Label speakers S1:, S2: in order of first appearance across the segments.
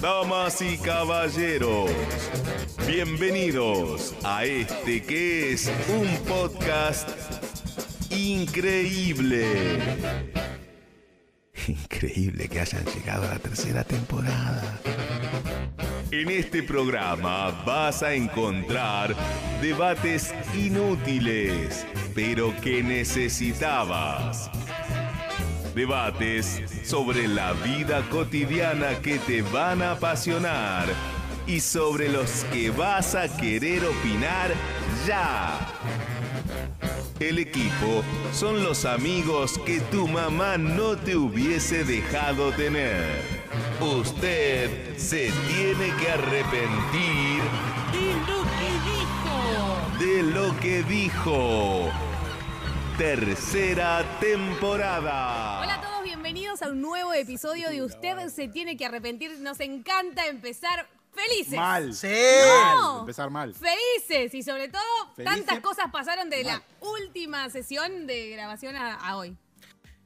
S1: Damas y caballeros, bienvenidos a este que es un podcast increíble.
S2: Increíble que hayan llegado a la tercera temporada.
S1: En este programa vas a encontrar debates inútiles, pero que necesitabas. Debates sobre la vida cotidiana que te van a apasionar y sobre los que vas a querer opinar ya. El equipo son los amigos que tu mamá no te hubiese dejado tener. Usted se tiene que arrepentir
S3: Y lo que dijo.
S1: de lo que dijo. Tercera temporada.
S3: Hola a todos, bienvenidos a un nuevo episodio de Usted se tiene que arrepentir. Nos encanta empezar felices.
S4: Mal.
S5: Sí.
S3: No.
S4: Empezar mal.
S3: Felices y sobre todo
S4: Felices.
S3: tantas cosas pasaron de la última sesión de grabación a, a hoy.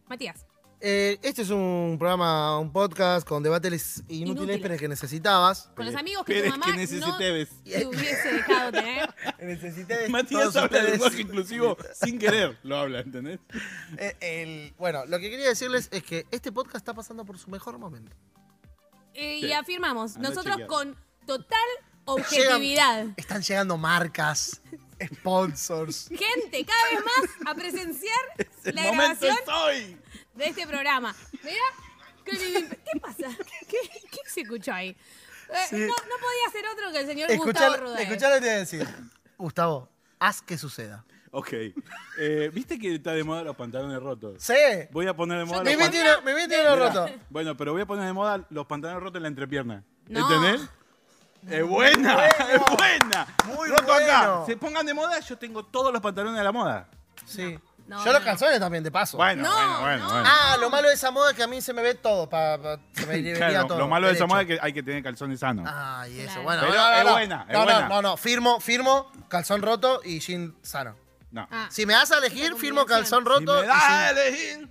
S3: Matías,
S5: Eh, este es un programa, un podcast con debates inútiles,
S3: Inútiles.
S5: pero que necesitabas.
S3: con los amigos que
S6: Pero
S3: tu
S6: es
S3: mamá
S6: que
S3: no
S6: necesites.
S3: te hubiese dejado tener.
S5: Necesitabas.
S6: Matías habla de lenguaje inclusivo sin querer. Lo habla, ¿entendés?
S5: Eh, bueno, lo que quería decirles es que este podcast está pasando por su mejor momento.
S3: Eh, y
S6: Sí.
S3: afirmamos,
S6: Anda a
S3: nosotros
S6: chequear.
S3: con total objetividad.
S5: Están llegando marcas, sponsors.
S3: Gente, cada vez más a presenciar
S6: El
S3: la
S6: momento
S3: grabación
S6: es hoy.
S3: de este programa. Mira, qué, lindo. ¿qué pasa? ¿Qué, qué se escuchó ahí? Eh,
S5: Sí.
S3: no, no podía ser otro que el señor
S5: Escuchar,
S3: Gustavo Rudé.
S5: escuchar lo que te voy a decir. Gustavo, haz que suceda.
S6: Ok. Eh, ¿Viste que está de moda los pantalones rotos?
S5: Sí.
S6: Voy a poner de moda
S5: Mi
S6: los
S5: mi
S6: pantalones.
S5: tiene, mi mi tiene lo roto.
S6: Bueno, pero voy a poner de moda los pantalones rotos en la entrepierna.
S3: No.
S6: ¿Entendés? Es buena, es buena.
S5: Muy
S6: Roto acá.
S5: bueno.
S6: Se pongan de moda, yo tengo todos los pantalones de la moda.
S5: Sí.
S3: No,
S5: Yo
S3: no.
S5: los calzones también, de paso.
S6: Bueno,
S3: No,
S6: bueno, bueno,
S3: no.
S6: bueno.
S5: Ah, lo malo de esa moda es que a mí se me ve todo. Pa, pa- se me
S6: Claro,
S5: vería
S6: lo-
S5: todo.
S6: lo malo de esa
S5: derecho. Ah.
S6: moda es que hay que tener calzones sanos.
S5: Ay, eso,
S3: Claro.
S5: bueno.
S6: Pero
S5: no, no,
S6: es
S5: no.
S6: buena, es
S5: no,
S6: buena.
S5: No, no, no, firmo, firmo, calzón roto y jean sano.
S6: No.
S3: Ah,
S5: Si me vas a
S3: Esa
S5: elegir,
S3: combinación.
S5: firmo calzón
S6: Si
S5: roto.
S6: me
S5: y
S6: das
S5: jean-
S6: a elegir-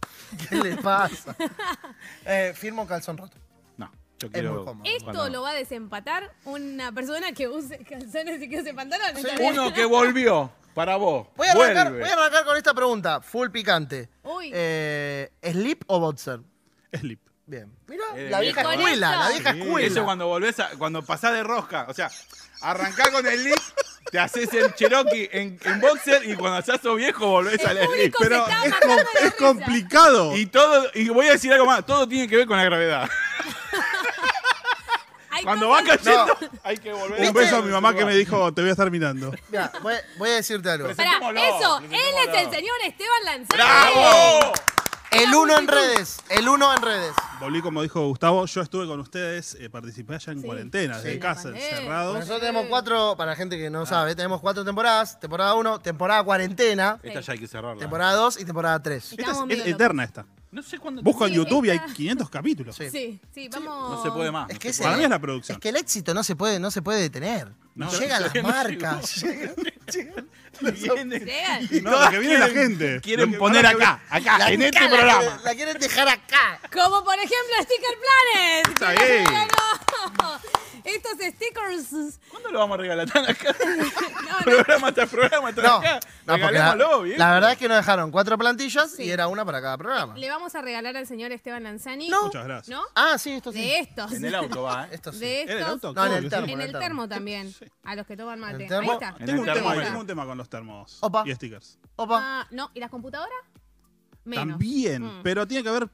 S5: ¿Qué le pasa? Eh, firmo calzón roto.
S6: No, yo quiero.
S5: muy cómodo.
S3: Esto
S6: Bueno.
S3: lo va a desempatar una persona que use calzones y que use pantalones.
S5: Sí.
S3: ¿entendés?
S6: Uno que volvió, para vos.
S5: Voy a, arrancar,
S6: Vuelve.
S5: voy a arrancar con esta pregunta, full picante.
S3: Uy.
S5: Eh, ¿Slip o boxer?
S6: Slip.
S5: Bien. Mira,
S6: Eh,
S5: la
S6: bien.
S5: vieja
S3: Con
S5: escuela,
S3: esto-
S5: la vieja
S6: Sí,
S5: escuela.
S6: Eso cuando volvés a- cuando pasás de rosca. O sea, arrancás con el lip, te haces el Cherokee en, en boxer y cuando seas viejo volvés al
S3: El
S6: slip.
S3: público
S6: Pero
S3: se está
S4: Es,
S3: matando
S4: com-
S3: de
S4: es
S3: risa.
S4: complicado.
S6: y todo, y voy a decir algo más, todo tiene que ver con la gravedad.
S3: Hay
S6: Cuando va
S3: cosas-
S6: cayendo, hay que volver
S4: Un
S6: volver
S4: beso a mi mamá que me
S6: dijo.
S4: dijo, te voy a estar mirando.
S5: Mirá, voy, voy a decirte algo.
S6: Presenta-
S3: Pará,
S6: Presentémoslo,
S3: eso, él es el
S6: presentémoslo.
S3: señor Esteban Lanzani.
S6: ¡Bravo!
S5: El uno en
S3: multitud.
S5: redes, el uno en redes.
S4: Volví, como dijo Gustavo, yo estuve con ustedes, eh, participé allá en
S3: Sí.
S4: cuarentena,
S3: Sí. eh,
S4: desde casa,
S3: Pandemia.
S5: Bueno,
S4: encerrados.
S5: Nosotros tenemos cuatro, para la gente que
S3: Ah.
S5: no sabe, tenemos cuatro temporadas. Temporada 1, temporada cuarentena,
S6: Esta ya hay que cerrarla.
S5: temporada 2 y temporada 3.
S4: Esta es,
S3: Estamos
S4: es
S3: medio
S4: eterna esta.
S6: No sé cuándo.
S4: Busco en
S3: Sí,
S4: YouTube y hay
S3: esta-
S4: 500 capítulos.
S5: Sí.
S3: Sí, sí, vamos.
S6: No se puede más.
S5: Es
S6: no
S5: que,
S6: se
S5: ese-
S6: puede
S4: Para mí es la producción.
S5: es que el éxito no se puede, no se puede detener.
S6: No,
S5: llegan las
S6: todavía no
S5: marcas. llegan- llegan-
S6: más. Viene-
S3: Llegan.
S4: No, lo que viene la gente.
S6: Quieren
S4: Lo que-
S6: poner
S4: ahora que-
S6: acá, acá,
S5: la-
S6: en este
S5: la-
S6: programa.
S5: La quieren dejar acá.
S3: Como por ejemplo Sticker Planet.
S4: Está
S3: que
S4: bien.
S3: nos regaló Estos stickers.
S6: ¿Cuándo lo vamos a regalar tan acá?
S3: No, no.
S6: programa tras programa tras
S5: No,
S6: acá.
S5: no, porque la,
S6: Regalémoslo, bien.
S5: la verdad es que nos dejaron cuatro plantillas
S3: Sí.
S5: y era una para cada programa.
S3: Le vamos a regalar al señor Esteban Lanzani.
S5: No.
S4: Muchas gracias.
S3: ¿No?
S5: Ah, sí, esto sí.
S3: De estos.
S6: En el auto va, ¿eh?
S5: Esto sí.
S3: De
S4: ¿Era el
S3: estos.
S4: auto?
S5: No, en el
S4: Obvio, sí.
S5: termo.
S3: En el
S5: termo.
S3: termo también. A los que toman mate.
S5: ¿En el termo?
S3: Ahí está.
S6: En
S4: Tengo un,
S6: el
S4: tema,
S6: termo.
S4: tengo un tema con los termos
S5: Opa.
S4: y stickers.
S5: Opa.
S3: Ah, no, ¿y las computadoras? Menos.
S4: También,
S3: Mm.
S4: pero tiene que haber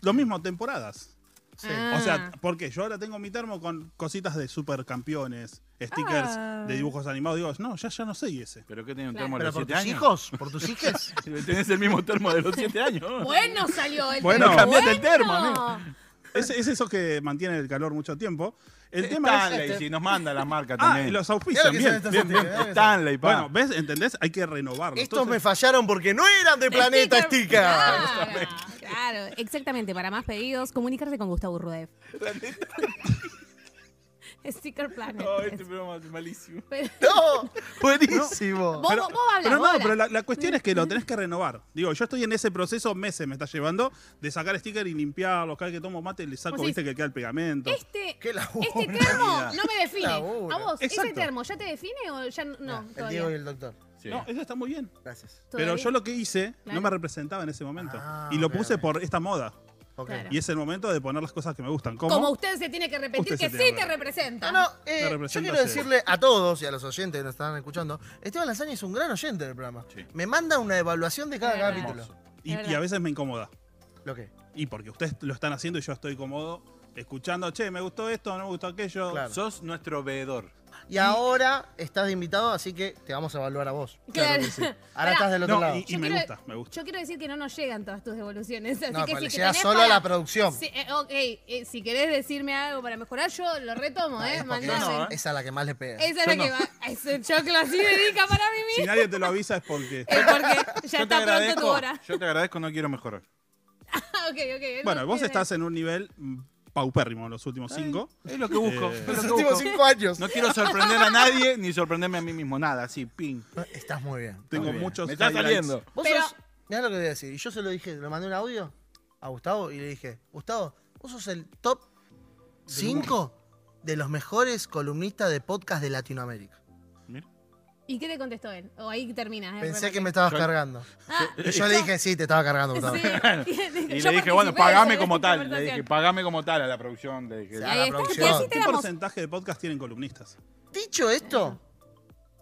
S4: lo mismo, temporadas.
S5: Sí.
S3: Ah.
S4: O sea, ¿por qué? Yo ahora tengo mi termo con cositas de supercampeones, stickers
S3: Ah.
S4: de dibujos animados. Digo, no, ya, ya no sé y ese.
S6: ¿Pero qué tiene un
S3: Claro.
S6: termo de
S5: Pero
S6: los
S5: por
S6: 7
S5: tus
S6: años?
S5: hijos, por tus hijos.
S6: Tenés el mismo termo de los 7 años.
S3: Bueno salió el
S4: Bueno,
S3: termo.
S6: cambiate el termo,
S3: Bueno.
S4: Es, es eso que mantiene el calor mucho tiempo. El tema es. este.
S6: Stanley, si nos manda Eh, la marca
S4: Ah,
S6: también.
S5: Mira
S4: los
S5: lo
S4: auspician.
S5: que
S4: Bien,
S5: son estos
S4: bien, bien.
S5: stickers, ¿eh?
S6: Stanley, pa.
S4: Bueno, ¿ves? ¿Entendés? Hay que renovarlo.
S5: Estos me
S4: Entonces,
S5: fallaron porque no eran de Planeta Sticker.
S3: Claro, claro, exactamente. Para más pedidos, comunicarse con Gustavo Rudev. Sticker Planet.
S6: No, este programa es malísimo.
S3: Pero-
S5: ¡No! ¡Buenísimo!
S3: vos, vos vas a hablar,
S4: Pero
S3: vos Mm.
S4: no,
S3: hablas.
S4: pero la, la cuestión es que lo tenés que renovar. Digo, yo estoy en ese proceso, meses me está llevando, de sacar sticker y limpiarlos. Cada vez que tomo mate le saco,
S3: Vos
S4: viste,
S3: decís,
S4: que queda el pegamento.
S3: Este,
S5: Qué laburo,
S3: este termo
S4: mira.
S3: no me define. A
S5: laburo.
S3: vos, ¿ese
S4: Exacto.
S3: termo ya te define o ya n- no?
S5: el
S3: todavía.
S5: Diego y el doctor.
S6: Sí.
S4: No, eso está muy bien.
S5: Gracias.
S4: Pero
S3: Todavía.
S4: yo lo que hice
S3: Claro.
S4: no me representaba en ese momento.
S5: Ah,
S4: y lo
S5: ok,
S4: puse
S5: ok.
S4: por esta moda.
S5: Ok.
S3: Claro.
S4: Y es el momento de poner las cosas que me gustan. ¿Cómo?
S3: Como usted se tiene que arrepentir
S4: Usted
S3: que
S4: se tiene
S3: sí
S4: que
S3: te
S4: arrepentir.
S3: representa.
S5: No, no, eh,
S4: Me
S5: yo
S4: representa,
S5: quiero
S4: sí.
S5: decirle a todos y a los oyentes que nos están escuchando, Esteban Lasaña es un gran oyente del programa.
S6: Sí.
S5: Me manda una evaluación de cada
S3: Es verdad.
S5: capítulo.
S4: y,
S3: Es verdad.
S4: y a veces me incomoda.
S5: Lo que.
S4: Y porque ustedes lo están haciendo y yo estoy cómodo escuchando, che, me gustó esto, no me gustó aquello.
S5: Claro.
S6: Sos nuestro veedor.
S5: Y ahora estás de invitado, así que te vamos a evaluar a vos.
S4: Claro que sí.
S3: Pará,
S5: Ahora estás del otro
S4: No,
S5: lado.
S4: y-
S3: yo
S4: me
S3: quiero-
S4: gusta, me gusta.
S3: Yo quiero decir que no nos llegan todas tus devoluciones. Así
S5: No,
S3: que
S5: pero
S3: si
S5: le llega
S3: tenés
S5: solo
S3: para-
S5: a la producción.
S3: Sí, eh, ok, eh, si querés decirme algo para mejorar, yo lo retomo, ¿eh?
S5: Es porque
S3: Mandame.
S6: no, ¿eh?
S5: Esa es la que más le pega.
S3: Esa es
S4: Yo
S3: la que
S4: no.
S3: va. Es el choclo así dedica para mí
S4: Si
S3: mismo.
S4: nadie te lo avisa es porque.
S3: Es porque ya
S6: Yo te
S3: está pronto tu
S6: agradezco.
S3: hora.
S6: Yo te agradezco, no quiero mejorar.
S3: Ah, ok, ok. eso
S4: Bueno, vos
S3: tiene-
S4: estás en un nivel mm, paupérrimo en los últimos cinco.
S6: Es lo que busco.
S4: Eh,
S6: es
S5: Los
S6: lo que
S5: últimos
S6: busco.
S5: cinco años.
S6: No quiero sorprender a nadie ni sorprenderme a mí mismo. Nada, así, ping.
S5: Estás muy bien.
S4: Tengo
S6: Muy bien.
S4: muchos.
S6: Me está
S4: highlights.
S6: saliendo.
S5: Vos
S3: Pero-
S5: sos. Mirá lo que voy a decir. Y yo se lo dije, le mandé un audio a Gustavo y le dije, Gustavo, vos sos el top 5 de los mejores columnistas de podcast de Latinoamérica.
S6: Mira.
S3: ¿Y qué te contestó él? O ahí terminas. ¿eh?
S5: Pensé que me estabas
S6: Yo-
S5: cargando.
S3: Ah,
S5: Y yo le dije, sí, te estaba cargando, Gustavo.
S3: sí.
S6: Y
S3: Yo
S6: le dije,
S3: participé
S6: bueno,
S3: de
S6: pagame
S3: esa
S6: como tal. Le dije,
S3: conversación.
S6: pagame como tal a la producción. Le dije,
S3: Ahí
S5: Sí.
S3: está, y así
S5: producción.
S4: ¿Qué
S3: te damos.
S4: porcentaje de podcast tienen columnistas?
S5: Dicho esto,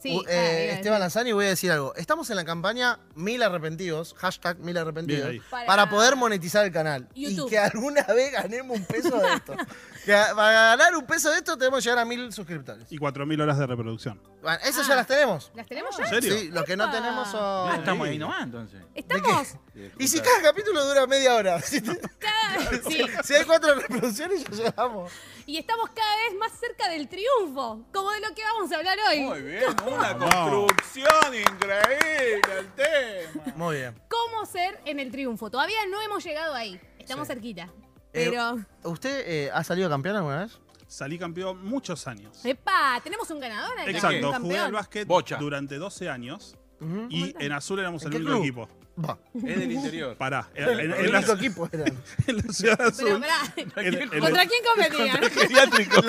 S3: Sí,
S5: u-
S3: ah,
S5: eh,
S3: iba a
S5: Esteban
S3: decir.
S5: Lanzani, voy a decir algo. Estamos en la campaña Mil Arrepentidos, hashtag Mil Arrepentidos,
S4: Bien ahí.
S3: Para-
S5: para... poder monetizar el canal.
S3: YouTube.
S5: Y que alguna vez ganemos un peso de esto. que a- para ganar un peso de esto tenemos que llegar a mil suscriptores.
S4: Y 4.000 horas de reproducción.
S5: Bueno, esas
S3: Ah.
S5: ya las tenemos.
S3: ¿Las tenemos
S4: ¿En
S3: ya?
S4: serio?
S5: Sí, lo que no
S3: Epa.
S5: tenemos son...
S6: Ah, estamos ahí nomás entonces.
S3: ¿Estamos?
S5: Y si cada capítulo dura media hora. Si, te-
S3: Sí.
S5: si hay cuatro reproducciones, ya llegamos.
S3: Y estamos cada vez más cerca del triunfo, como de lo que vamos a hablar hoy.
S6: Muy bien, una
S4: Vamos.
S6: construcción increíble el tema.
S5: Muy bien.
S3: ¿Cómo ser en el triunfo? Todavía no hemos llegado ahí. Estamos cerquita.
S5: Eh,
S3: Pero.
S5: ¿Usted eh, ha salido campeón alguna vez?
S4: Salí campeón muchos años.
S3: ¡Epa! Tenemos un ganador acá.
S4: Exacto,
S3: un
S4: jugué al
S3: campeón.
S4: básquet
S6: Bocha.
S4: durante 12 años
S5: Ujú.
S4: y en azul éramos
S5: ¿En
S4: el
S5: qué
S4: único
S5: club?
S4: equipo.
S5: Va.
S6: Es del interior.
S4: Pará, en, en- en
S5: El
S4: la,
S5: único equipo era.
S4: en la ciudad
S3: Pero
S4: azul.
S3: pará.
S4: en- en
S3: ¿Contra
S4: el-
S3: quién competían?
S6: Geriátrico.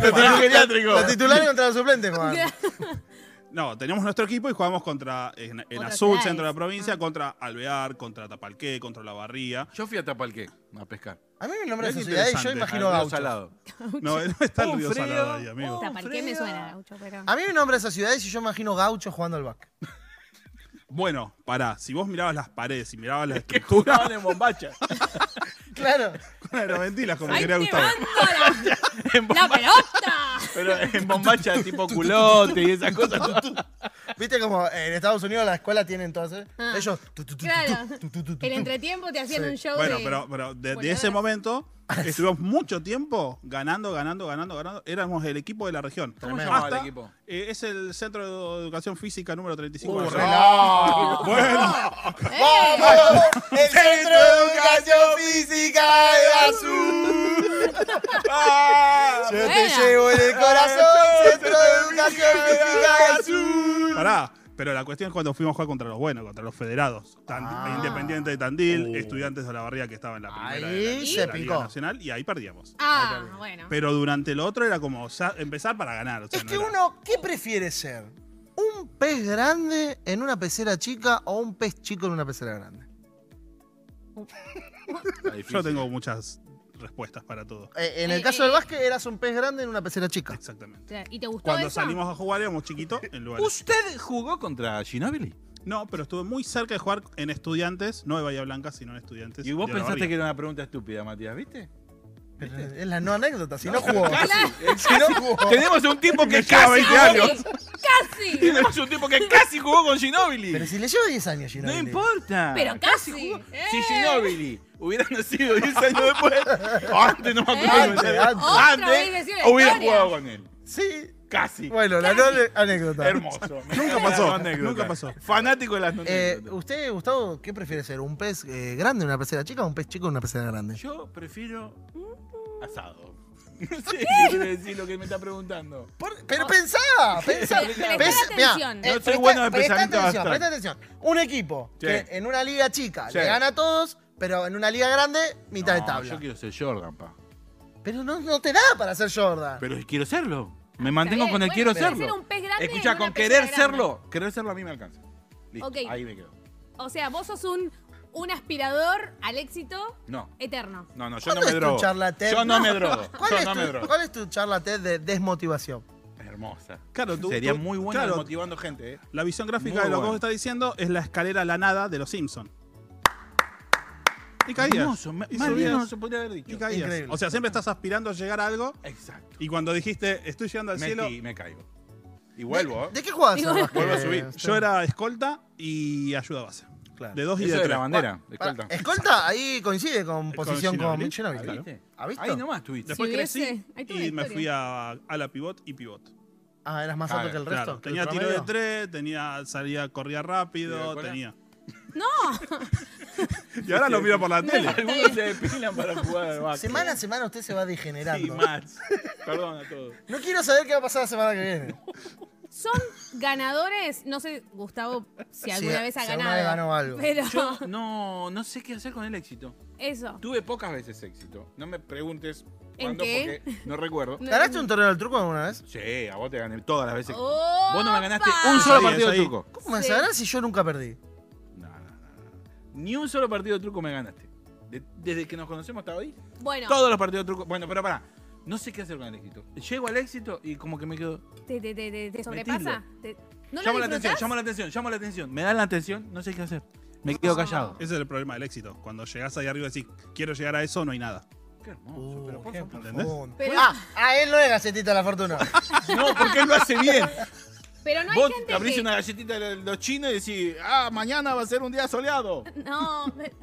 S5: Pará.
S6: geriátrico.
S5: Los titulares contra los suplentes, Juan.
S4: No, teníamos nuestro equipo y jugamos contra en, en
S3: Otras
S4: azul,
S3: ciudades.
S4: centro de la
S3: Ah.
S4: provincia, contra Alvear, contra Tapalqué, contra La Barría.
S6: Yo fui a Tapalqué a pescar.
S5: A mí me nombra
S4: Es
S5: esa ciudad y yo
S4: interesante.
S5: imagino
S6: Al río
S5: gauchos.
S6: salado.
S4: No, no está el
S6: Un
S4: río
S6: frío.
S4: Salado ahí, amigo.
S3: Puta, ¿Por qué me suena, Gaucho? Pero...
S5: A mí me nombra esa ciudad y yo imagino gauchos jugando al back.
S4: Bueno, pará, si vos mirabas las paredes y mirabas la
S6: Que
S4: estructura,
S6: jugaban en bombacha.
S5: Claro.
S4: no mentiras como
S3: ¡Ahí
S4: quería
S3: te
S4: Gustavo.
S3: mando la,
S6: En
S3: la
S6: bombacha.
S3: pelota!
S6: Pero en bombacha tipo culote y esas cosas.
S5: Viste como en Estados Unidos la escuela tienen todas. ¿eh?
S3: Ah.
S5: Ellos. tu, tu, tu, tu,
S3: Claro.
S5: tu, tu, tu, tu,
S3: El
S5: tu.
S3: entretiempo te hacían
S5: Sí.
S3: un show
S4: Bueno,
S3: de...
S4: pero, pero de- de,
S3: Bueno,
S4: ese
S3: ahora-
S4: momento estuvimos mucho tiempo ganando, ganando, ganando, ganando. Éramos el equipo de la región.
S6: ¿Cómo se llamaba el equipo?
S4: eh, es el Centro de Educación Física número 35.
S5: Uh,
S4: de
S5: re
S4: Rosario.
S5: largo.
S4: bueno,
S3: ¡Eh!
S5: El centro de educación física es azul. Yo
S3: Buena.
S5: te llevo en el corazón. Centro de educación física es azul.
S4: pará. Pero la cuestión es cuando fuimos a jugar contra los buenos, contra los federados. Tan- Independiente de Tandil, estudiantes de la barriga que estaba en la primera de la-
S5: Ahí
S4: de
S5: se
S4: la
S5: picó.
S4: Liga Nacional y ahí perdíamos.
S3: Ah, bueno.
S4: Pero durante lo otro era como ya empezar para ganar. o sea,
S5: Es
S4: no
S5: que
S4: era-
S5: uno, ¿qué prefiere ser? ¿Un pez grande en una pecera chica o un pez chico en una pecera grande?
S4: Yo tengo muchas respuestas para todo.
S5: Eh, en el
S3: Eh,
S5: caso
S3: eh,
S5: del básquet, eras un pez grande en una pecera chica.
S4: Exactamente.
S3: ¿Y te gustó
S4: Cuando
S3: eso?
S4: salimos a jugar éramos chiquitos en lugar de-
S6: ¿Usted jugó contra Ginobili?
S4: No, pero estuve muy cerca de jugar en estudiantes, no de Bahía Blanca, sino en estudiantes.
S6: Y vos
S4: de la
S6: pensaste
S4: Barriga.
S6: que era una pregunta estúpida, Matías, ¿viste?
S5: Pero Es la no anécdota, si no jugó.
S6: Si no- tenemos un tipo que casi
S4: 20
S3: ¡Casi! Ah, ¡Casi!
S6: Tenemos un tipo que casi jugó con Ginobili.
S5: Pero si le lleva 10 años, Ginobili.
S6: no importa.
S3: Pero casi.
S6: Si
S3: Eh.
S6: Ginobili hubiera nacido 10 años después, o antes, no me
S3: Eh.
S6: acuerdo.
S5: Antes, antes.
S3: Otra vez decir la
S6: hubiera
S3: historia.
S6: jugado con él.
S5: Sí.
S6: Casi.
S5: Bueno, la no- anécdota.
S6: Hermoso. Me
S4: Nunca
S6: encanta
S4: pasó,
S6: la anécdota.
S4: nunca pasó.
S6: Fanático de las
S5: Eh,
S6: anécdotas.
S5: ¿Usted, Gustavo, qué prefiere ser? ¿Un pez eh, grande en una pecera chica o un pez chico en una pecera grande?
S6: Yo prefiero asado. No sé si quiere decir lo que me está preguntando.
S5: Por- pero pensá, pensá.
S3: Pre- prestá
S5: mirá, eh,
S3: atención.
S6: No soy
S5: prestá-
S6: bueno de
S5: prestá
S6: pensamiento
S5: atención,
S6: abstracto.
S5: prestá atención. Un equipo
S6: Sí.
S5: que en una liga chica
S6: Sí.
S5: le gana a todos, pero en una liga grande, mitad de
S6: No,
S5: tabla.
S6: Yo quiero ser Jordan, pa.
S5: Pero no, no te da para ser Jordan.
S6: Pero quiero serlo. Me mantengo
S3: bien,
S6: con el
S3: bueno,
S6: quiero
S3: pero
S6: serlo.
S3: ser un pez grande en
S6: Escuchá,
S3: una
S6: con querer
S3: pecera grande.
S6: serlo, querer serlo a mí me alcanza. Listo,
S3: Ok.
S6: ahí me quedo.
S3: O sea, vos sos un, un aspirador al éxito
S6: No.
S3: eterno.
S6: No, no, yo no
S5: ¿Cuándo
S6: me
S5: es tu
S6: drogo.
S5: charla TED?
S6: Yo no,
S5: No.
S6: me drogo.
S5: ¿Cuál,
S6: Yo
S5: es
S6: no
S5: tu,
S6: me drogo.
S5: cuál es tu charla TED de desmotivación?
S6: Hermosa.
S4: Claro, tú-
S6: Sería
S4: tú-
S6: muy bueno
S4: claro.
S6: motivando gente, ¿eh?
S4: La visión gráfica
S6: Muy
S4: de lo que
S6: bueno.
S4: vos estás diciendo es la escalera a la nada de los Simpsons. Y caías.
S6: Hermoso, ma-
S4: y
S6: más bien
S4: subías,
S6: no se podría haber
S4: y
S6: dicho.
S4: caías.
S5: Increíble.
S4: O sea, siempre estás aspirando a llegar a algo.
S6: Exacto.
S4: Y cuando dijiste, estoy llegando al
S6: me,
S4: cielo,
S6: y me caigo. Y vuelvo, ¿eh?
S5: ¿De qué jugás? Este,
S3: Igual-
S5: Vázquez?
S6: Vuelvo a subir.
S4: yo era escolta y ayuda base.
S5: Claro.
S4: De dos y
S6: Eso
S4: de
S6: de
S4: tres.
S6: la bandera,
S5: Para-
S6: escolta.
S5: escolta, ahí coincide con posición con ¿Ah,
S4: Ginobili.
S5: Ginobili.
S4: Ahí
S5: claro.
S6: ¿Viste?
S5: ¿Ha visto?
S6: Ahí nomás tuviste.
S4: Después
S3: Si
S4: crecí
S3: hubiese- hay toda una
S4: y me
S3: historia.
S4: fui a, a la pivot y pivot.
S5: Ah, eras más
S6: Claro,
S5: alto que el
S4: Claro,
S5: resto. que el
S4: tenía tiro de
S5: promedio.
S4: tres, tenía, salía, corría
S6: ¿Tiro de
S4: rápido,
S6: cola?
S4: tenía.
S3: No,
S4: Y ahora lo miro por la tele.
S6: Algunos se depilan para jugar al básquet.
S5: Semana a semana usted se va
S6: Sí,
S5: degenerando.
S6: Mats. Perdón a todos.
S5: no quiero saber qué va a pasar la semana que viene.
S3: son ganadores. No sé, Gustavo, si alguna
S5: Si-
S3: vez ha
S5: si
S3: ganado.
S5: alguna vez ganó algo.
S3: Pero
S6: Yo no, no sé qué hacer con el éxito.
S3: eso.
S6: Tuve pocas veces éxito. No me preguntes
S3: ¿En
S6: cuándo
S3: qué?
S6: porque no recuerdo.
S3: No.
S5: ¿Ganaste un torneo del truco alguna vez?
S6: Sí, a vos te gané todas las veces. que-
S3: ¡Opa!
S6: Vos no me ganaste un solo
S4: Ahí,
S6: partido de
S4: ahí.
S6: truco.
S5: ¿Cómo me vas
S3: Sí.
S5: a ganar si yo nunca perdí?
S6: No, no, no, no. Ni un solo partido de truco me ganaste. De- desde que nos conocemos hasta hoy,
S3: Bueno,
S6: todos los partidos de truco. Bueno, pero pará. No sé qué hacer con el éxito. Llego al éxito y como que me quedo.
S3: te, te, te, te- te sobrepasa. Te- ¿No lo
S6: llamo la atención,
S3: disfrutás?
S6: llamo la atención, llamo la atención. Me dan la atención, no sé qué hacer. Me quedo callado.
S4: Ese es el problema del éxito. Cuando llegás ahí arriba y decís, quiero llegar a eso, no hay nada.
S6: Qué hermoso, pero por
S5: qué
S6: favor.
S4: ¿Entendés?
S5: profundo.
S3: Pero-
S5: Ah, a él no es Gacetita de la Fortuna.
S6: No, porque él lo hace bien.
S3: Pero no hay
S6: Vos
S3: gente
S6: te abrís
S3: que-
S6: una galletita de los chinos y decís, ah, mañana va a ser un día soleado.
S3: No, pero,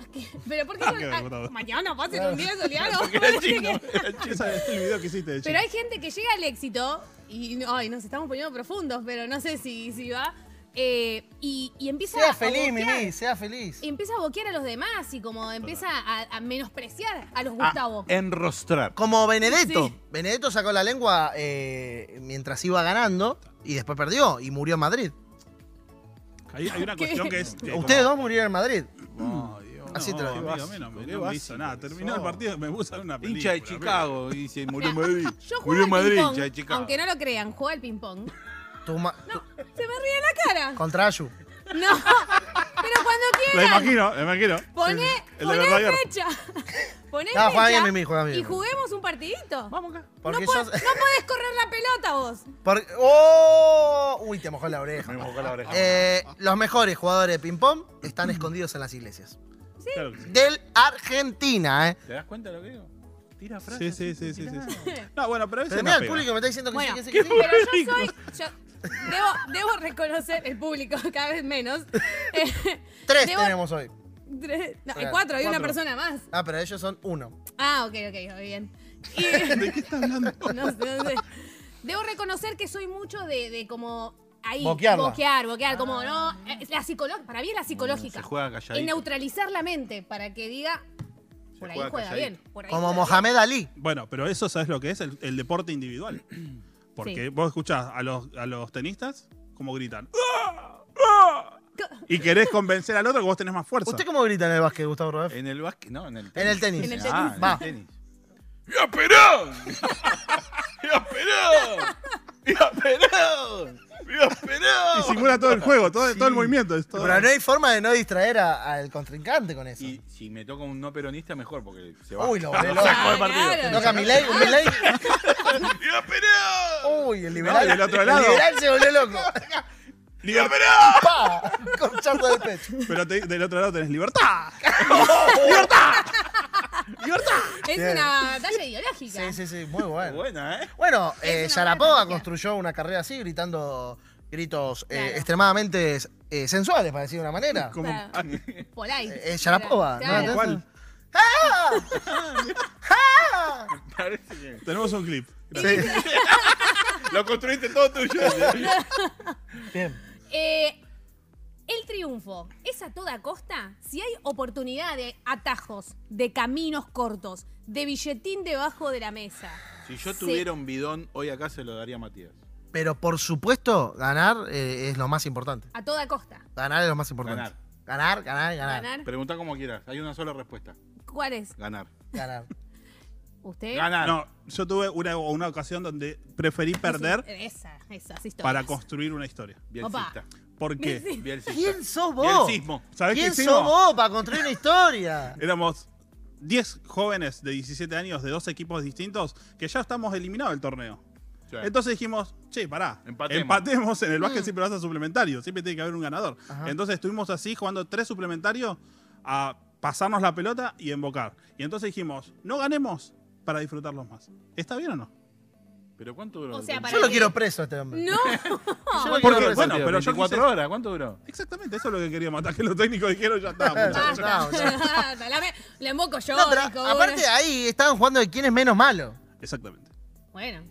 S3: pero ¿por qué?
S4: Ah,
S3: son-
S4: qué
S3: ah,
S4: botado.
S3: mañana va a ser un día soleado.
S6: Porque era chino. era chino.
S4: Ese es el video que hiciste de
S3: Pero
S4: Chile.
S3: hay gente que llega al éxito y no- ay, nos estamos poniendo profundos, pero no sé si, si va. eh, y, y empieza
S5: Sea
S3: a
S5: feliz,
S3: boquear.
S5: Mimi, sea feliz.
S3: Y empieza a boquear a los demás y como empieza a, a menospreciar a
S5: Ah,
S3: los Gustavo.
S5: eh,
S6: A Ah, enrostrar.
S5: Como Benedetto.
S3: Sí.
S5: Benedetto sacó la lengua eh, mientras iba ganando y después perdió y murió en Madrid.
S4: Hay, hay una
S3: ¿Qué?
S4: cuestión que es. que
S5: Ustedes
S4: como-
S5: dos murieron en Madrid.
S6: Ay, Dios.
S5: Así
S4: no,
S5: te lo
S4: amigo,
S5: digo.
S4: a mí no, me-
S6: Qué
S4: no me
S6: básico
S4: hizo nada.
S6: que
S4: Terminó el
S6: sos.
S4: partido, me puse una película.
S6: Hincha de
S4: amigo.
S6: Chicago. Y se murió en Madrid.
S3: Yo juego
S6: murió
S3: al
S6: en Madrid,
S3: ping-pong,
S6: hincha de Chicago.
S3: aunque no lo crean, juega al ping-pong.
S5: Tu ma- tu-
S3: Se me ríe la cara.
S5: contra Ayu.
S3: No, pero cuando
S4: Lo
S3: quieran,
S4: imagino, lo imagino.
S3: poné,
S4: El de
S3: poné
S4: Verdaguer.
S3: fecha. Poné
S5: No,
S3: fecha
S5: juega bien, Mimi, juega bien.
S3: y juguemos un partidito.
S6: Vamos acá.
S5: Porque
S3: no, po-
S5: yo.
S3: no podés correr la pelota vos.
S5: porque- ¡Oh! Uy, te mojó la
S6: Me
S5: oreja.
S6: mojó la oreja.
S5: Eh, los mejores jugadores de ping-pong están escondidos en las iglesias.
S4: Claro que sí.
S5: Del Argentina, ¿eh?
S6: ¿Te das cuenta de lo que digo? Tira
S4: Sí,
S6: frases.
S4: sí, sí, sí,
S6: tira
S4: sí,
S6: nada.
S4: sí. No, bueno, pero a veces
S5: Pero
S4: no
S5: mira, el
S4: pega.
S5: público me está diciendo que
S3: Bueno,
S5: sí, que sí, que sí.
S3: pero yo soy. Yo debo, debo reconocer el público, cada vez menos. Eh,
S5: Tres
S3: debo-
S5: tenemos hoy.
S3: tres- no, hay
S5: Claro,
S3: cuatro, hay una
S5: cuatro.
S3: persona más.
S5: Ah, pero ellos son uno.
S3: Ah, ok, ok, muy bien. Y-
S4: ¿De qué está hablando?
S3: no sé, no sé. Debo reconocer que soy mucho de, de como. Ahí,
S5: Boquearla.
S3: boquear, boquear, como no. eh, La psicolo- para mí es la psicológica.
S6: Ah. Mm, se juega
S3: en
S6: calladito.
S3: neutralizar la mente para que diga. Por ahí
S6: juega
S3: juega bien.
S6: calladito.
S3: por ahí
S5: Como
S3: juega
S5: Mohamed Ali.
S4: Bueno, pero eso, ¿sabes lo que es? El, el deporte individual. Porque
S3: Sí.
S4: vos escuchás a los, a los tenistas como gritan. "Ah,
S3: bien.
S4: Y querés convencer al otro que vos tenés más fuerza.
S5: ¿Usted cómo grita en el básquet, Gustavo
S4: Eh,
S5: Rodríguez?
S6: En el básquet, no, en el tenis.
S5: En el tenis.
S3: En el
S6: Ah,
S5: Va.
S6: en el tenis. ¡Ya Perón! ¡Ya Perón! ¡Ya Perón! ¡Ya
S4: Y
S6: Perón!
S4: simula todo el juego, todo, todo el movimiento. es todo-
S5: Pero no hay forma de no distraer a- al contrincante con eso.
S6: Y si me toca un no peronista, mejor, porque se va.
S5: Uy, lo volé
S6: Lo
S5: loco.
S6: saco del partido.
S3: Claro.
S5: Toca Milei, un Milei.
S6: ¡Ya Perón!
S5: Uy, el liberal.
S4: No, y del otro lado.
S5: El liberal se volvió loco.
S6: ¡Ya Perón!
S5: ¡Pa! Corchazo del pecho.
S4: Pero te- del otro lado tenés
S5: Ah,
S4: libertad.
S3: Es una batalla ideológica.
S5: Sí, sí, sí, muy bueno.
S6: Buena, ¿eh?
S5: Bueno,
S3: Es
S5: eh,
S3: una
S5: Sharapova
S3: buena estrategia.
S5: construyó una carrera así, gritando gritos eh,
S3: Claro.
S5: extremadamente eh, sensuales, para decir de una manera.
S4: Como-
S3: Claro.
S4: ah,
S3: Por ahí.
S5: Eh, eh, Sharapova, ¿no? Ah.
S3: Claro.
S5: ¿Entendés?
S4: ¿Cuál?
S6: Parece que.
S5: Ah.
S4: Eh, Tenemos un clip. Gracias.
S5: Sí.
S6: Lo construiste todo tuyo.
S5: Bien.
S3: Eh, el triunfo es a toda costa. Si hay oportunidad de atajos, de caminos cortos, de billetín debajo de la mesa.
S6: Si yo
S3: Sí.
S6: tuviera un bidón, hoy acá se lo daría a Matías.
S5: Pero por supuesto, ganar eh, es lo más importante.
S3: A toda costa.
S5: Ganar es lo más importante. Ganar, ganar, ganar. Ganar.
S3: Ganar.
S6: Pregunta como quieras. Hay una sola respuesta.
S3: ¿Cuál es?
S6: Ganar.
S3: ¿Usted?
S6: Ganar.
S4: No, yo tuve una, una ocasión donde preferí perder
S3: Sí, Esa, esas historias.
S4: para construir una historia.
S6: Bielcista.
S3: Opa.
S4: ¿Por qué?
S3: Sí.
S6: Bielcista.
S5: ¿Quién sos vos?
S6: Bielcismo.
S4: ¿Sabés qué
S5: ¿Quién sos
S4: hicimos?
S5: vos para construir una historia?
S4: Éramos 10 jóvenes de 17 años de dos equipos distintos que ya estamos eliminados del torneo.
S6: Sí.
S4: Entonces dijimos, che, pará,
S6: Empatemos.
S4: empatemos, en el básquet siempre vas a suplementario, siempre tiene que haber un ganador.
S5: Ajá.
S4: Entonces estuvimos así jugando tres suplementarios a pasarnos la pelota y embocar. Y entonces dijimos, no ganemos para disfrutarlos más. ¿está bien o no?
S6: ¿Pero cuánto duró?
S3: O sea,
S6: el
S3: para
S5: Yo lo
S3: qué?
S5: quiero preso a este hombre.
S3: No.
S5: Yo lo
S4: Porque,
S5: quiero preso.
S4: bueno,
S6: partido?
S4: pero yo
S6: 24
S4: quise-
S6: horas, ¿cuánto duró?
S4: Exactamente, eso es lo que queríamos, hasta que los técnicos dijeron, ya está. muchachos".
S5: no,
S3: Basta, basta, la me- La emboco yo.
S5: No, pero
S3: dijo,
S5: aparte
S3: bueno.
S5: ahí estaban jugando de quién es menos malo.
S4: Exactamente.
S3: Bueno.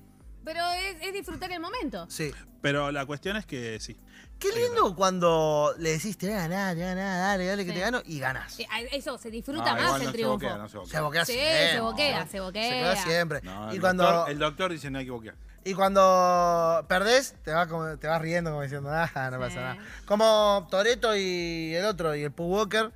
S3: Pero es, es disfrutar el momento.
S5: Sí.
S4: Pero la cuestión es que sí.
S5: Qué lindo cuando le decís, te voy a ganar, te voy a ganar, dale, dale que
S3: Sí.
S5: te gano y ganás.
S3: Eh, a- Eso, se disfruta
S6: Ah,
S3: más
S6: igual
S3: el
S6: no se
S3: triunfo.
S6: boquea, no se boquea.
S5: Se boquea
S3: Sí,
S5: siempre.
S3: se boquea, se
S5: Se
S3: boquea.
S5: boquea siempre.
S6: No,
S5: y,
S6: el,
S5: cuando,
S6: doctor, el doctor dice no hay que boquear.
S5: y cuando perdés, te vas, como- te vas riendo como diciendo, ah, no
S3: Sí.
S5: pasa nada. Como Toreto y el otro, y el Pooh Walker,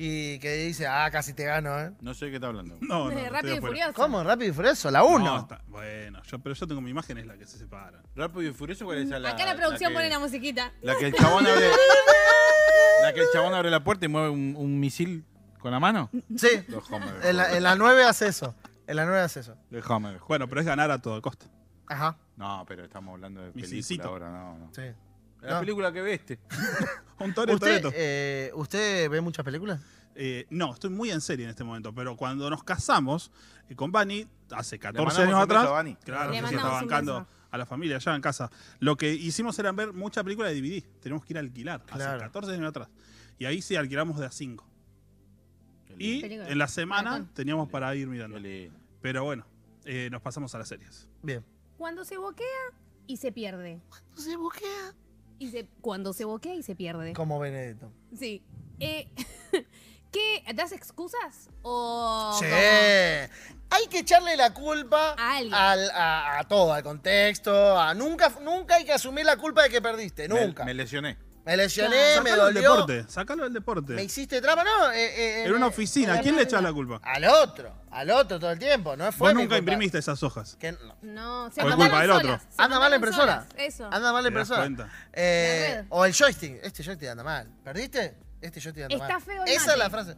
S5: y que dice, ah, casi te gano, ¿eh?
S6: No sé de qué está hablando.
S4: No, no, no,
S3: Eh,
S4: estoy
S3: Rápido y
S4: afuera.
S3: furioso.
S5: ¿Cómo? Rápido y Furioso, la
S4: No,
S5: 1.
S4: está- bueno, yo, pero yo tengo mi imagen, es la que se separa.
S6: Rápido y furioso, ¿cuál es la
S3: Mm, Acá la producción
S6: que-
S3: pone la musiquita.
S6: La que el chabón abre. la que el chabón abre la puerta y mueve un, un misil con la mano.
S5: Sí,
S6: Los Homer.
S5: en la, en la 9 hace eso. En la 9 hace eso.
S6: Los Homer.
S4: Bueno, pero es ganar a toda costa.
S5: Ajá,
S6: No, pero estamos hablando de película
S4: Misilcito.
S6: ahora, no, no.
S5: sí.
S6: La
S5: No.
S6: película que este. veste.
S4: Un Tore
S5: ¿Usted,
S4: Toretto.
S5: eh, ¿Usted ve muchas películas?
S4: Eh, no, estoy muy en serio en este momento, pero cuando nos casamos eh, con Bani, hace
S6: mandamos
S4: 14 años
S6: un beso
S4: atrás,
S6: a Bani.
S4: claro,
S3: Le
S4: yo sí
S3: mandamos
S4: estaba
S3: un
S4: bancando
S3: beso.
S4: a la familia allá en casa, lo que hicimos era ver mucha película de DVD, tenemos que ir a alquilar,
S5: Claro.
S4: hace 14 años atrás. Y ahí sí alquilamos de a 5. Y
S3: Película.
S4: en la semana
S3: Maratón.
S4: teníamos para ir mirando.
S6: Dale.
S4: Pero bueno, eh, nos pasamos a las series.
S5: Bien.
S3: Cuando se boquea y se pierde.
S5: No se boquea.
S3: Y se- cuando se boquea y se pierde.
S5: Como Benedetto.
S3: Sí. Eh, ¿Qué? ¿Das excusas? ¿O
S5: Sí.
S3: como-
S5: Hay que echarle la culpa
S3: A alguien.
S5: al- a, a todo, al contexto. a- nunca, nunca hay que asumir la culpa de que perdiste,
S6: Me-
S5: nunca.
S6: Me,
S5: Me,
S6: lesioné.
S5: lesioné, Eh, me
S4: Sácalo del
S5: dolió.
S4: deporte, sácalo del deporte.
S5: Me hiciste trampa, no. eh, eh,
S4: Era una
S5: eh,
S4: oficina,
S5: eh,
S4: ¿a quién le
S5: eh,
S4: echás la culpa?
S5: Al otro, al otro todo el tiempo. No fue
S4: Vos
S5: mi
S4: nunca
S5: culpa.
S4: imprimiste esas hojas.
S5: Que no.
S3: No, se
S4: Por
S3: mandaron
S4: culpa del otro.
S3: solas, se
S5: Anda mal la
S3: mandaron
S5: impresora.
S3: solas, Eso.
S5: Anda mal la
S4: ¿Te das
S5: impresora.
S4: cuenta?
S5: Eh,
S3: La red.
S5: o el joystick. Este joystick anda mal. ¿Perdiste? Este joystick anda mal.
S3: Está feo el
S5: Esa es
S3: mate.
S5: la frase.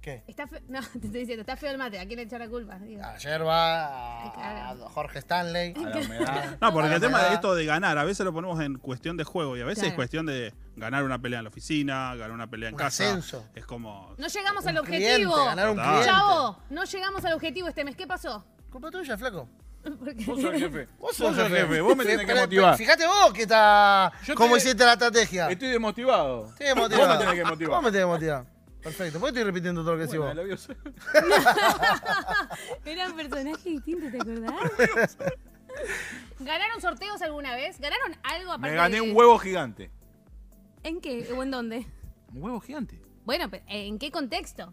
S5: ¿Qué?
S3: Está fe- No, te estoy diciendo, está feo el mate. ¿A quién le echar la culpa? Digo.
S5: Ayer va
S3: Ay,
S5: a,
S3: claro.
S5: a Jorge Stanley.
S6: A la humedad.
S4: No, porque
S5: Ah,
S4: el tema
S5: ¿verdad?
S4: de esto de ganar, a veces lo ponemos en cuestión de juego y a veces
S3: Claro.
S4: es cuestión de ganar una pelea en la oficina, ganar una pelea en
S5: Un
S4: casa.
S5: ascenso.
S4: Es como.
S3: No llegamos al
S5: Un cliente,
S3: objetivo.
S5: ganar un
S4: Total.
S5: cliente.
S3: Chavo, no llegamos al objetivo este mes. ¿Qué pasó?
S5: Culpa tuya, flaco.
S3: Porque-
S6: Vos sos el jefe.
S5: Vos sos el jefe.
S6: Vos me tenés que
S5: Pero-
S6: motivar.
S5: Fíjate vos que está.
S6: Yo
S5: ¿Cómo
S6: te-
S5: hiciste la estrategia?
S6: Estoy desmotivado.
S5: Estoy
S6: Vos me
S5: motivado.
S6: tenés que
S5: Vos me
S6: motivar.
S5: tenés que motivar. Perfecto. ¿Por qué estoy repitiendo todo lo que decís
S6: Bueno,
S5: vos?
S6: labioso.
S3: Eran personajes distintos, ¿te acordás? ¿Ganaron sorteos alguna vez? ¿Ganaron algo aparte
S6: Me gané
S3: de-
S6: un huevo gigante.
S3: ¿En qué? ¿O en dónde?
S6: ¿Un huevo gigante?
S3: Bueno, pe- ¿en qué contexto?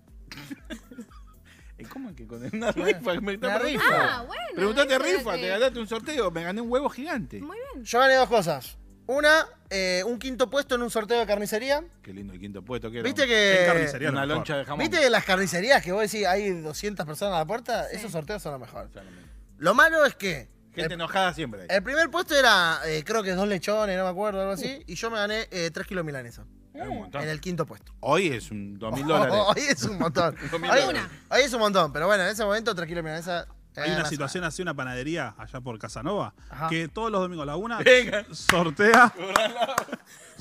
S6: Eh, ¿Cómo es que con una rifa? Me está
S5: Una
S6: rifa.
S5: rifa.
S3: Ah, bueno,
S6: Preguntate
S3: eso es lo
S6: rifa,
S3: que-
S6: te ganaste un sorteo, me gané un huevo gigante.
S3: Muy bien.
S5: Yo gané dos cosas. Una, eh, un quinto puesto en un sorteo de carnicería.
S6: Qué lindo el quinto puesto que era.
S5: Viste
S4: En
S5: que.
S4: carnicería.
S6: Una
S4: Mejor.
S6: loncha de jamón.
S5: ¿Viste que las carnicerías que vos decís hay 200 personas a la puerta?
S3: Sí.
S5: Esos sorteos son los mejores.
S6: O sea, lo mismo.
S5: Lo malo es que.
S6: Gente
S5: el,
S6: enojada siempre. hay.
S5: el primer puesto era, eh, creo que dos lechones, no me acuerdo, algo así. Y yo me gané 3 kilos de milanesa.
S6: Es un montón.
S5: En el quinto puesto.
S6: Hoy es un 2000 dólares.
S5: Hoy es un montón.
S6: Dos mil
S5: hoy,
S3: dólares.
S5: hoy es un montón, pero bueno, en ese momento, tranquilo, mira, esa. eh,
S4: Hay una situación así, una panadería allá por Casanova,
S5: Ajá.
S4: que todos los domingos a la
S6: oh.
S4: una
S6: Venga.
S4: sortea,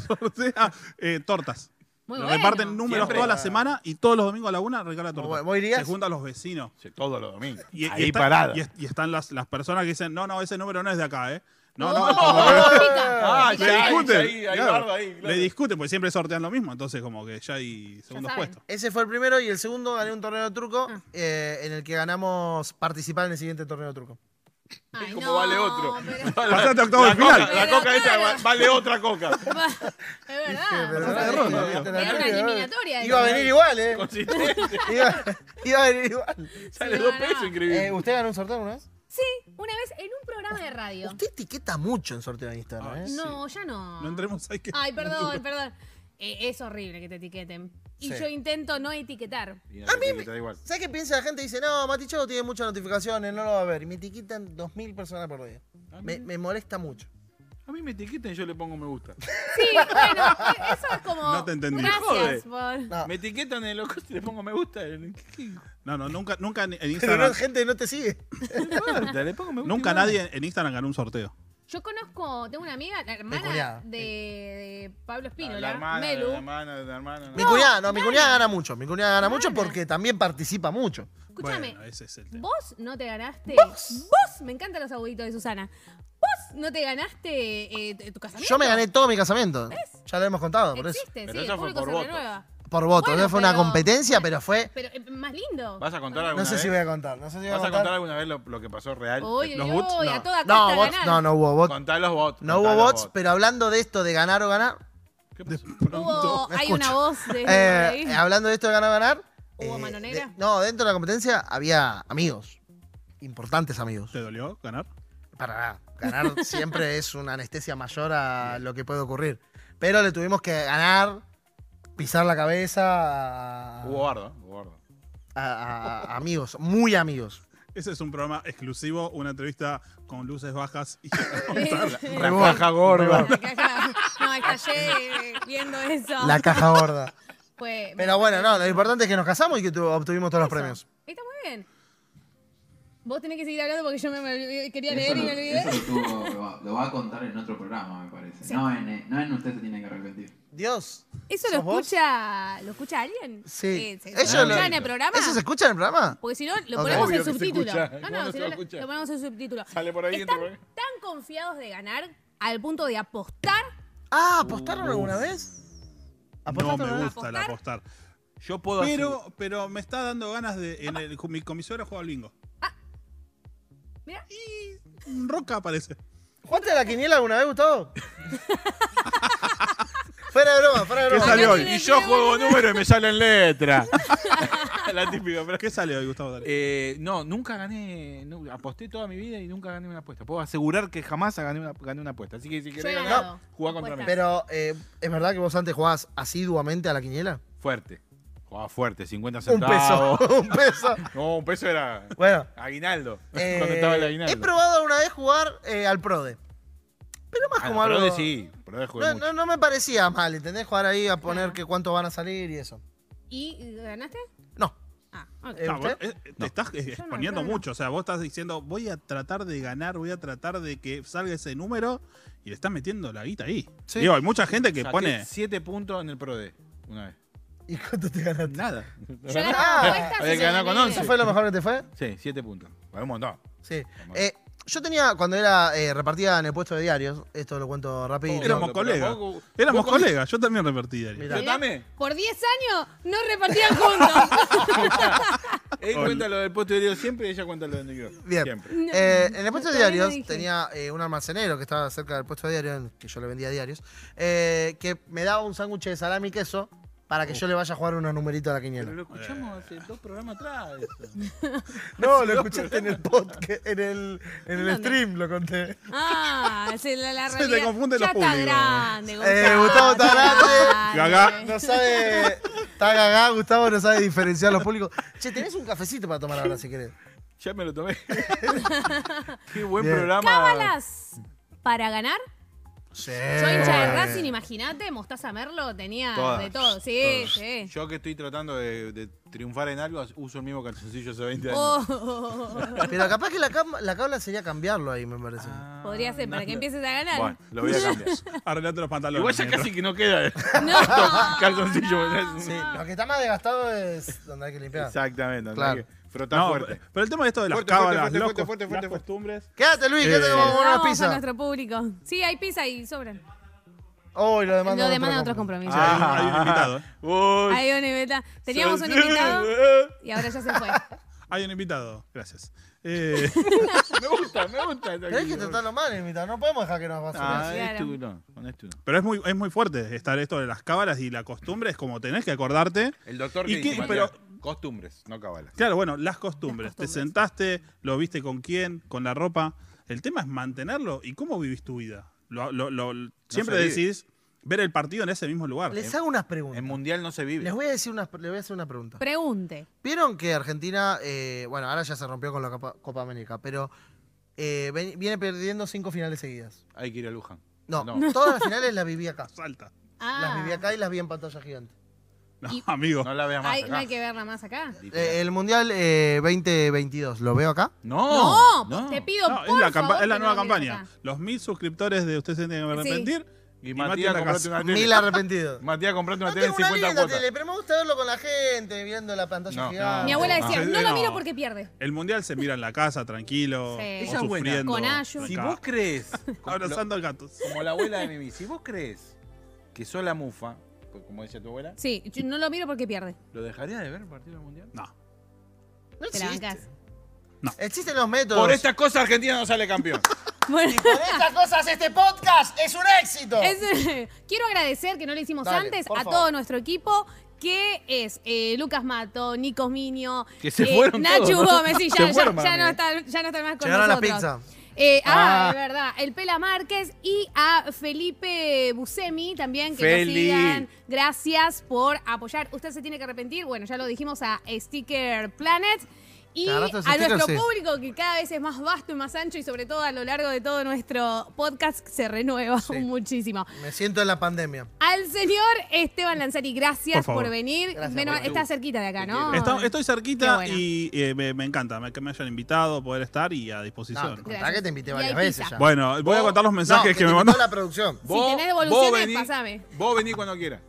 S4: sortea eh, tortas.
S3: Muy
S4: Lo
S3: bueno.
S4: Reparten números
S6: Siempre.
S4: toda la semana y todos los domingos a la una regala tortas.
S5: ¿Vos irías?
S4: Se juntan los vecinos.
S6: Sí, Todos los domingos.
S4: Y, y
S6: Ahí
S4: está-
S6: parada.
S4: Y, es- y están las, las personas que dicen, no, no, ese número no es de acá, ¿eh? No, no,
S3: Oh,
S4: como que-
S3: pica.
S6: Ah,
S3: Pica.
S4: Le
S6: ya,
S4: discuten.
S6: ahí, ahí,
S4: claro.
S6: bardo ahí, claro.
S4: Le discuten, porque siempre sortean lo mismo, entonces como que ya hay segundos
S3: saben.
S4: puestos.
S5: Ese fue el primero y el
S3: Ah.
S5: segundo gané un torneo de truco eh, en el que ganamos participar en el siguiente torneo de truco.
S3: Ay,
S6: como
S3: no,
S6: vale otro.
S3: pero-
S4: Pasaste a octavo de
S6: la coca,
S4: final.
S6: la coca esa
S3: Pero-
S6: vale otra coca.
S3: Es verdad.
S5: Pero
S4: Pasaste
S5: no,
S4: de ronda, amigo.
S5: te la
S3: Era una
S5: creo, eh.
S3: eliminatoria,
S5: Iba a
S3: digamos.
S5: venir igual, ¿eh?
S6: Consistente.
S5: Iba, iba a venir igual.
S6: Sale
S3: Sí,
S6: dos
S3: no, no.
S6: pesos, increíble.
S5: Eh, ¿Usted ganó un sorteo una vez?
S3: Sí, una vez en un programa de radio.
S5: Usted etiqueta mucho en sorteo de Instagram, ¿eh?
S3: No, ya no.
S4: No entremos ahí que.
S3: Ay, perdón, perdón. Eh, es horrible que te etiqueten. Y
S5: Sí.
S3: yo intento no etiquetar.
S6: a mí me da igual.
S5: ¿Sabes qué piensa la gente? Dice, no, Mati Chavo tiene muchas notificaciones, no lo va a ver. Y me etiquetan 2.000 personas por día. Me, me molesta mucho.
S6: A mí me etiqueten y yo le pongo me gusta.
S3: Sí, bueno, eh, eso es como.
S4: No te entendí.
S3: Gracias por.
S5: No.
S6: Me etiquetan en los cosas y le pongo me gusta.
S4: No, no, nunca, nunca en en
S5: Pero no,
S4: Instagram.
S5: gente no te sigue.
S6: Le pongo me gusta.
S4: Nunca nadie en Instagram ganó un sorteo.
S3: Yo conozco, tengo una amiga, la hermana
S5: cuñada.
S3: de, de Pablo Espino,
S6: La hermana,
S3: Melu.
S6: la hermana, la hermana.
S5: Mi
S6: no.
S5: cuñada, no, mi cuñada gana mucho. Mi cuñada gana mucho
S3: Gana.
S5: porque también participa mucho.
S3: Escúchame,
S4: Bueno, ese es el tema.
S3: vos no te ganaste. ¿Vos? Me encantan los abuelitos de Susana. ¿Vos no te ganaste eh, tu casamiento?
S5: Yo me gané todo mi casamiento. Ya lo hemos contado, por eso.
S3: Existe,
S6: Pero
S3: sí,
S6: eso
S3: el
S6: fue
S3: público
S6: por
S3: se
S6: votos.
S3: renueva.
S5: Por voto.
S3: Bueno,
S5: no fue una
S3: pero-
S5: competencia, pero fue.
S3: Pero eh, más lindo.
S6: ¿Vas a contar alguna
S5: No sé
S6: vez?
S5: si voy a contar. No sé si voy a
S6: ¿Vas a
S5: contar.
S6: contar alguna vez lo, lo que pasó real?
S3: Uy, uy,
S4: Los
S3: uy,
S4: bots,
S3: a
S4: no.
S3: toda costa
S5: No, bots,
S3: ganar.
S5: no, no hubo bots.
S6: Contá los bots.
S5: No
S6: contá
S5: hubo
S6: los
S5: bots, pero hablando de esto de ganar o ganar,
S6: ¿Qué pasó?
S3: Hubo,
S5: me
S3: hay una
S5: escucho.
S3: voz de
S5: eh,
S3: ahí.
S5: hablando de esto de ganar o ganar.
S3: ¿Hubo
S5: eh,
S3: mano negra?
S5: de- no, dentro de la competencia había amigos. Importantes amigos.
S4: ¿Te dolió ganar?
S5: Para nada. Ganar siempre es una anestesia mayor a lo que puede ocurrir. Pero le tuvimos que ganar, pisar la cabeza a,
S6: Hubo bardo, hubo bardo.
S5: a- a- a amigos, muy amigos.
S4: Ese es un programa exclusivo, una entrevista con luces bajas y
S6: La caja gorda.
S3: La caja- No, estallé eh, viendo eso.
S5: La caja gorda.
S3: Fue-
S5: Pero bueno, no, lo importante es que nos casamos y que tu- obtuvimos todos los premios.
S3: Está muy bien. Vos tenés que seguir hablando porque yo me, me olvidé- quería leer y me
S7: Eso
S3: olvidé.
S7: estuvo- lo, va- lo va a contar en otro programa, me parece. No, en, eh, no en usted se tiene que arrepentir.
S5: Dios.
S3: ¿Eso lo
S5: ¿Sos vos?
S3: escucha, lo escucha alguien?
S5: Sí.
S3: Eh, ¿Se,
S5: Eso
S3: se escucha
S5: lo-
S3: en el programa?
S5: ¿Eso se escucha en el programa?
S3: Porque si no, lo
S5: Ok.
S3: ponemos
S6: Obvio
S3: en
S6: que se
S3: subtítulo.
S6: escucha.
S3: No,
S6: ¿Cómo
S3: no,
S6: no
S3: si
S6: se va
S3: no,
S6: a
S3: lo,
S6: escuchar?
S3: lo ponemos en subtítulo.
S6: Sale por ahí, entra
S3: Están
S6: por ahí.
S3: tan confiados de ganar al punto de apostar.
S5: Ah, ¿apostaron alguna vez?
S4: No
S5: ¿Apostaron
S4: me
S5: alguna vez?
S4: gusta el apostar.
S6: Yo puedo
S4: Pero, pero me está dando ganas de. En el, mi comisora juega al bingo.
S3: Mira,
S4: Roca aparece.
S5: ¿Jugaste a la quiniela alguna vez, Gustavo? fuera de broma, fuera de
S4: ¿Qué
S5: broma.
S4: sale hoy?
S6: Y yo juego número y me salen letras. La típica. pero-
S4: ¿Qué sale hoy, Gustavo? Dale.
S6: Eh, no, nunca gané. nu- aposté toda mi vida y nunca gané una apuesta. Puedo asegurar que jamás gané una, gané una apuesta. Así que si querés
S3: he
S6: ganar,
S3: ganado.
S6: jugá contra mí.
S3: Apuesta.
S5: Pero, eh, ¿es verdad que vos antes jugabas asiduamente a la quiniela?
S6: Fuerte. Jugaba fuerte, 50
S5: Un peso.
S6: centavos.
S5: un peso.
S6: No, un peso era
S5: Bueno.
S6: aguinaldo.
S5: eh,
S6: cuando estaba el
S5: he
S6: aguinaldo.
S5: probado alguna vez jugar eh, al PRODE. Pero más
S6: Ah,
S5: como
S6: no, pero
S5: algo.
S6: de sí, pero de jugué
S5: No,
S6: mucho. Ah.
S5: no, no me parecía mal, ¿entendés? Jugar ahí a poner
S3: Claro.
S5: que cuánto van a salir y eso.
S3: ¿Y ganaste?
S5: No.
S3: Ah, ok.
S5: Eh,
S4: No, vos,
S5: ¿usted?
S4: eh, te estás eh, exponiendo
S3: no, no.
S4: mucho. O sea, vos estás diciendo, voy a tratar de ganar, voy a tratar de que salga ese número y le estás metiendo la guita ahí.
S5: Sí.
S4: Digo, hay mucha gente que
S6: Saqué
S4: pone.
S6: 7 puntos en el Pro D una vez.
S5: ¿Y cuánto te ganaste?
S6: Nada.
S3: Yo las
S5: Ah,
S3: apuestas
S6: había
S3: y
S6: que ganar eh, con
S3: gané.
S5: ¿Eso
S6: once.
S5: fue lo mejor que te fue?
S6: Sí, 7 puntos. Para un montón.
S5: Sí.
S6: Vamos.
S5: Eh, yo tenía, cuando era eh, repartida en el puesto de diarios, esto lo cuento rápido.
S6: Era mo-
S4: Éramos
S6: pero
S4: colegas.
S6: vos-
S4: Éramos
S6: vos comés-
S4: colegas. Yo también revertí Darío.
S5: Mirá.
S6: Yo también.
S3: Por 10 años no repartían juntos.
S6: Él
S4: Ol-
S6: cuenta lo del puesto de Dios siempre y ella cuenta lo de New York.
S5: Bien.
S6: Siempre.
S5: Eh, en el puesto de
S3: Todavía no
S5: diarios
S3: dije.
S5: tenía eh, un almacenero que estaba cerca del puesto de diarios, en- que yo le vendía diarios, eh, que me daba un sándwich de salami y queso para que yo le vaya a jugar unos numeritos a la
S6: Pero
S5: quiniela.
S6: lo escuchamos hace dos programas atrás. eso.
S5: No, lo escuchaste en el podcast, en el, en el
S3: ¿Dónde?
S5: stream, lo conté.
S3: Ah, se la, la
S4: Se
S3: realidad.
S4: te confunden
S3: Ya
S4: los
S3: está
S4: públicos.
S3: grande,
S5: Eh, Gustavo está grande.
S4: Gagá.
S5: No sabe. Está cagá, Gustavo no sabe diferenciar los públicos. Che, tenés un cafecito para tomar ahora si querés.
S6: Ya me lo tomé. Qué buen
S5: Bien.
S6: programa.
S3: Cábalas para ganar.
S5: Sí.
S3: Yo hincha de Racing, imagínate, Mostaza Merlo tenía
S6: Eh. Todas,
S3: de todo. Sí,
S6: todas.
S3: sí.
S6: Yo que estoy tratando de, de triunfar en algo, uso el mismo calzoncillo hace 20 años.
S3: Oh,
S5: Pero capaz que la, cam- la cabla sería cambiarlo ahí, me parece.
S3: podría ser, para que empieces a ganar.
S6: Bueno, lo voy a cambiar.
S4: Arreglate los pantalones.
S6: Igual ya casi que no queda.
S3: No,
S6: calzoncillo,
S3: no.
S5: Sí, lo que está más desgastado es donde hay que limpiar.
S6: Exactamente. ¿no?
S5: Claro.
S6: Frotar
S4: No,
S6: fuerte.
S4: pero el tema de esto de las
S6: Fuerte, fuerte,
S4: cábalas,
S6: fuerte, fuerte,
S4: locos,
S6: fuerte,
S4: las
S6: fuerte.
S4: costumbres.
S5: Quédate, Luis, que te
S4: Eh,
S5: vamos a
S3: Vamos
S5: una
S3: a
S5: pizza.
S3: nuestro público. Sí, hay pizza y sobran.
S5: Oh, y lo
S3: Lo
S5: demanda
S3: demandan otros compromisos.
S4: Ah. hay un- hay un invitado, eh.
S6: Uy.
S3: Hay un invitado. Teníamos un invitado y ahora ya se fue.
S4: Hay un invitado, gracias. Eh,
S6: Me gusta, me gusta. esa
S5: Pero hay que
S6: actitud.
S5: tratarlo mal, invitado. No podemos dejar que nos pase
S6: Ah,
S3: Claro.
S6: es duro, no es duro.
S4: pero es muy, es muy fuerte estar esto de las cábalas y la costumbre es como tenés que acordarte.
S6: El doctor
S4: ¿Y
S6: que
S4: qué?
S6: dice,
S4: Pero-
S6: Matías, costumbres, no cabalas.
S4: Claro, bueno, las costumbres.
S3: Las costumbres.
S4: Te sentaste, lo viste con quién, con la ropa. El tema es mantenerlo y cómo vivís tu vida. Lo- lo- lo- siempre
S6: se vive.
S4: decís ver el partido en ese mismo lugar. Eh,
S5: Les hago unas
S6: eh, En
S5: preguntas.
S6: mundial no se vive.
S5: Les voy a decir unas, les voy a hacer una pregunta.
S3: Pregunte.
S5: Vieron que Argentina, eh, bueno, ahora ya se rompió con la Copa, Copa América, pero eh, ven- viene perdiendo cinco finales seguidas.
S6: Hay que ir a Luján.
S5: No,
S6: No.
S5: todas las finales las viví acá.
S4: Salta.
S3: Ah,
S5: Las viví acá y las vi en pantalla gigante.
S4: No,
S3: Y-
S4: amigo.
S6: No la veas más.
S3: hay- no
S6: acá.
S3: hay que verla más acá.
S5: Eh, el Mundial eh, 2022, ¿lo veo acá?
S6: No,
S3: No,
S6: no.
S3: te pido
S4: No, es
S3: por
S4: la, campa-
S3: favor,
S4: es la
S3: que no
S4: nueva
S3: lo mires
S4: campaña.
S3: acá.
S4: Los mil suscriptores de Usted se tiene que
S3: Sí.
S4: arrepentir.
S6: Y
S4: Matías,
S6: Matías, comprate
S4: comprate
S6: una tele.
S5: Mil arrepentidos.
S6: Matías, comprate una
S5: No
S6: tele en
S5: tengo una
S6: 50
S5: linda
S6: cuotas.
S5: tele, pero me gusta verlo con la gente, viendo la pantalla
S6: No, no.
S5: gigante.
S3: Mi abuela decía,
S4: Ah,
S3: no
S4: no.
S3: lo miro porque pierde.
S4: El mundial se mira en la casa, tranquilo.
S3: Sí.
S4: o
S6: Ella es buena.
S4: sufriendo.
S3: Con Ayu.
S6: Si
S4: acá,
S6: vos crees, como,
S4: Abrazando al gato.
S6: como la abuela de Mimi, si vos crees que soy la mufa, co- como decía tu abuela,
S3: Sí, yo no lo miro porque pierde.
S6: ¿lo dejaría de ver el partido del mundial?
S4: No.
S5: No
S3: Te la
S5: existe.
S3: bancás.
S5: Existen los métodos.
S6: Por estas cosas Argentina no sale campeón.
S3: Bueno,
S5: Por estas cosas este podcast es un éxito.
S3: es- quiero agradecer que no lo hicimos
S5: Dale,
S3: antes
S5: por
S3: a
S5: favor.
S3: todo nuestro equipo, que es eh, Lucas Mato, Nico Minio, eh,
S6: Que se fueron
S3: Nacho
S6: todos, ¿no?
S3: Gómez, sí,
S6: Se
S3: ya, ya-
S6: fueron,
S3: ya
S6: para mí,
S3: no
S6: ¿eh?
S3: están, ya no están más con
S5: Llegaron las
S3: nosotros.
S5: pizzas.
S3: Eh, ah,
S6: Ah.
S3: de verdad. El Pela Márquez y a Felipe Buscemi también, que
S6: Feli.
S3: nos sigan. Gracias por apoyar. Usted se tiene que arrepentir. Bueno, ya lo dijimos a Sticker Planet. Y
S5: Te
S3: a
S5: agarraste los stickers,
S3: nuestro
S5: sí.
S3: público, que cada vez es más vasto y más ancho, y sobre todo a lo largo de todo nuestro podcast, que se renueva muchísimo.
S5: Me siento en la pandemia.
S3: Al señor Esteban Lanzari, gracias
S4: Por
S3: por,
S4: favor.
S3: venir.
S5: Gracias
S3: Menos-
S5: por venir.
S3: está cerquita de acá, ¿no?
S4: Está- estoy cerquita
S3: Qué bueno.
S4: y eh, me, me encanta me- que me hayan invitado, poder estar y a
S5: No,
S4: disposición.
S5: te
S3: Gracias.
S5: contaba que te invité
S3: Y
S5: varias
S3: hay
S5: veces
S3: pizza.
S5: ya.
S4: bueno, voy a
S6: Vos-
S4: contar los mensajes
S5: No,
S4: que me
S5: te
S4: mandó.
S5: invitó la producción.
S3: tenés
S6: vos
S3: devoluciones,
S6: vení,
S3: pasame.
S6: Vos venís cuando quieras.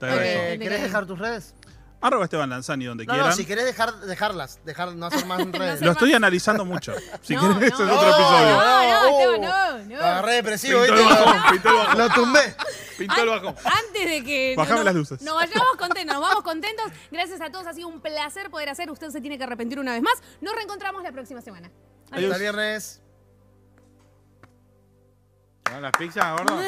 S4: Te
S5: Eh,
S4: agradezco.
S3: Perfecto.
S5: ¿Querés dejar tus redes?
S4: Arroba Esteban Lanzani donde
S5: No,
S4: quieran.
S5: no, si querés dejar, dejarlas, dejar, no hacer más redes.
S4: Lo estoy analizando mucho. Si
S3: No,
S4: querés,
S3: no.
S4: es
S5: Oh,
S4: otro episodio.
S3: No, no,
S5: uh,
S3: Esteban, no, no.
S5: Lo agarré depresivo,
S4: Pintó
S5: ¿viste?
S4: el bajón, pintó el bajón.
S5: Lo tumbé.
S6: Pintó el bajón.
S3: Antes de que
S4: Bajame
S3: no-
S4: las luces.
S3: nos vayamos contentos, nos vamos contentos. Gracias a todos, ha sido un placer poder hacer. Usted se tiene que arrepentir una vez más. Nos reencontramos la próxima semana.
S5: Hasta el viernes.
S6: ¿Van las pizzas, gordo?